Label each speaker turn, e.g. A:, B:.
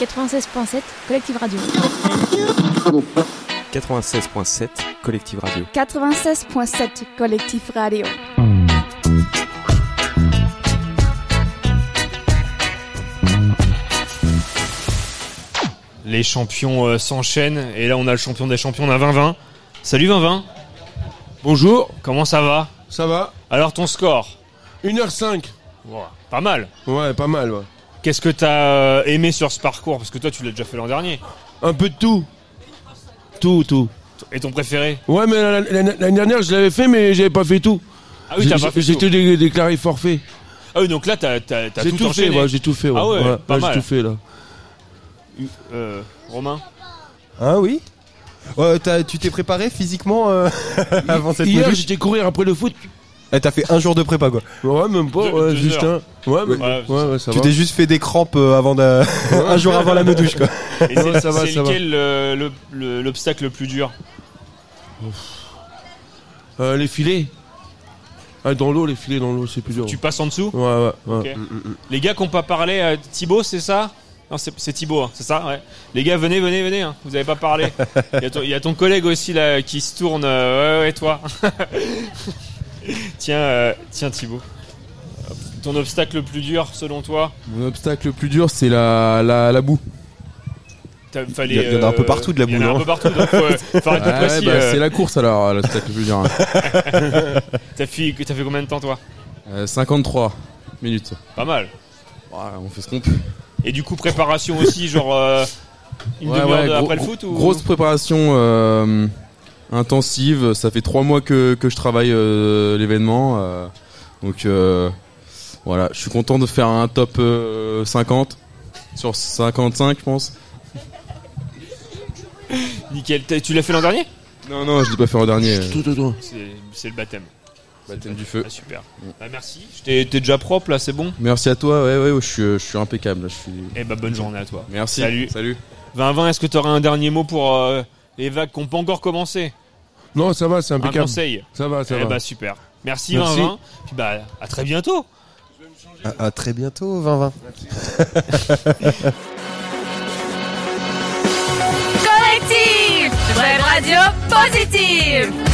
A: 96.7, Collective Radio.
B: 96.7 Collective Radio.
C: 96.7 Collectif Radio.
D: Les champions euh, s'enchaînent et là on a le champion des champions, on a 20-20. Salut 20-20,
E: Bonjour,
D: comment ça va
E: ça va
D: Alors ton score
E: 1h05.
D: Ouah, Pas mal.
E: Ouais, pas mal, ouais.
D: Qu'est-ce que t'as euh, aimé sur ce parcours Parce que toi tu l'as déjà fait l'an dernier.
E: Un peu de tout. Tout, tout.
D: Et ton préféré
E: Ouais, mais la- la- la- l'année dernière, je l'avais fait, mais j'avais pas fait tout.
D: Ah oui, t'as
E: J'ai-
D: pas fait
E: J'ai
D: tout.
E: tout dé- déclaré forfait.
D: Ah oui, donc là t'as t'as- t'as
E: J'ai
D: tout,
E: tout, fait,
D: enchaîné.
E: ouais, j'ai tout fait. Ouais.
D: Ah ouais, pas
E: j'ai
D: mal.
E: tout fait, là.
D: Euh, Romain
F: Hein, oui Euh, t'as- Tu t'es préparé physiquement euh, avant cette
E: Hier,
F: module
E: j'étais courir après le foot.
F: Eh, T'as fait un jour de prépa, quoi.
E: Ouais, même pas,
D: Deux-
E: ouais,
D: deux
E: juste
D: heures.
E: un. Ouais, mais-
D: Ouais,
E: ouais, ouais, ça
F: Tu
E: va.
F: t'es juste fait des crampes euh, avant d'a- un jour avant la modouche, quoi.
D: Et c'est
E: Ouais, ça va,
D: c'est
E: ça va.
D: lequel euh, le- le- l'obstacle le, plus dur
E: Euh, les filets. Ah, dans l'eau, les filets dans l'eau, c'est plus dur.
D: Tu passes en dessous
E: Ouais, ouais, ouais.
D: Ok. Les gars qui n'ont pas parlé, euh, Thibaut, c'est ça Non, c'est c'est Thibaut, hein, c'est ça ouais. Les gars, venez, venez, venez, hein, vous n'avez pas parlé. Il y, a ton- il y a ton collègue aussi là qui se tourne. euh, ouais, ouais, toi. tiens, euh, tiens, Thibaut. Hop. Ton obstacle le plus dur, selon toi
G: Mon obstacle le plus dur, c'est la, la, la boue.
D: T'as- fallait, euh,
F: Il y en a un peu partout de la
D: Il y en a un
F: boule, hein. Ah
D: peu partout, donc faut, euh, faut arrêter
G: Ouais,
D: de précis,
G: bah,
D: euh,
G: C'est la course alors, l'obstacle le plus dur. hein.
D: T'as fait, t'as fait combien de temps, toi
G: Euh, 53 minutes.
D: Pas mal.
G: Voilà, on fait ce qu'on peut.
D: Et du coup, préparation aussi, genre euh, une
G: Ouais,
D: demi-heure
G: ouais,
D: de-
G: gros-
D: après le
G: gros-
D: foot ou...
G: Grosse préparation euh, intensive. Ça fait trois mois que, que je travaille euh, l'événement. euh, donc euh, voilà, je suis content de faire un top euh, 50 sur 55, je pense.
D: Nickel. T'as- Tu l'as fait l'an dernier
G: Non, non, je l'ai pas fait en dernier. euh,
E: Tout, tout, tout.
D: C'est c'est le baptême.
G: Baptême du feu. Mm.
D: Ah, super. Bah, merci. Je t'ai- T'es déjà propre là, c'est bon
G: Merci à toi. Ouais, ouais, ouais, je suis, je suis impeccable. là, Je suis.
D: Eh bah bonne journée à toi.
G: Merci.
D: Salut.
G: Salut.
D: 20-20, est-ce que t'aurais un dernier mot pour euh, les vagues qui n'ont pas encore commencé
E: Non, ça va, c'est
D: Un
E: impeccable.
D: conseil
E: Ça va, ça
D: Eh
E: va.
D: bah super. Merci
E: Merci.
D: 20-20. Puis bah à très bientôt.
F: À, à très bientôt, 20-20.
H: Collectif Web Radio Positive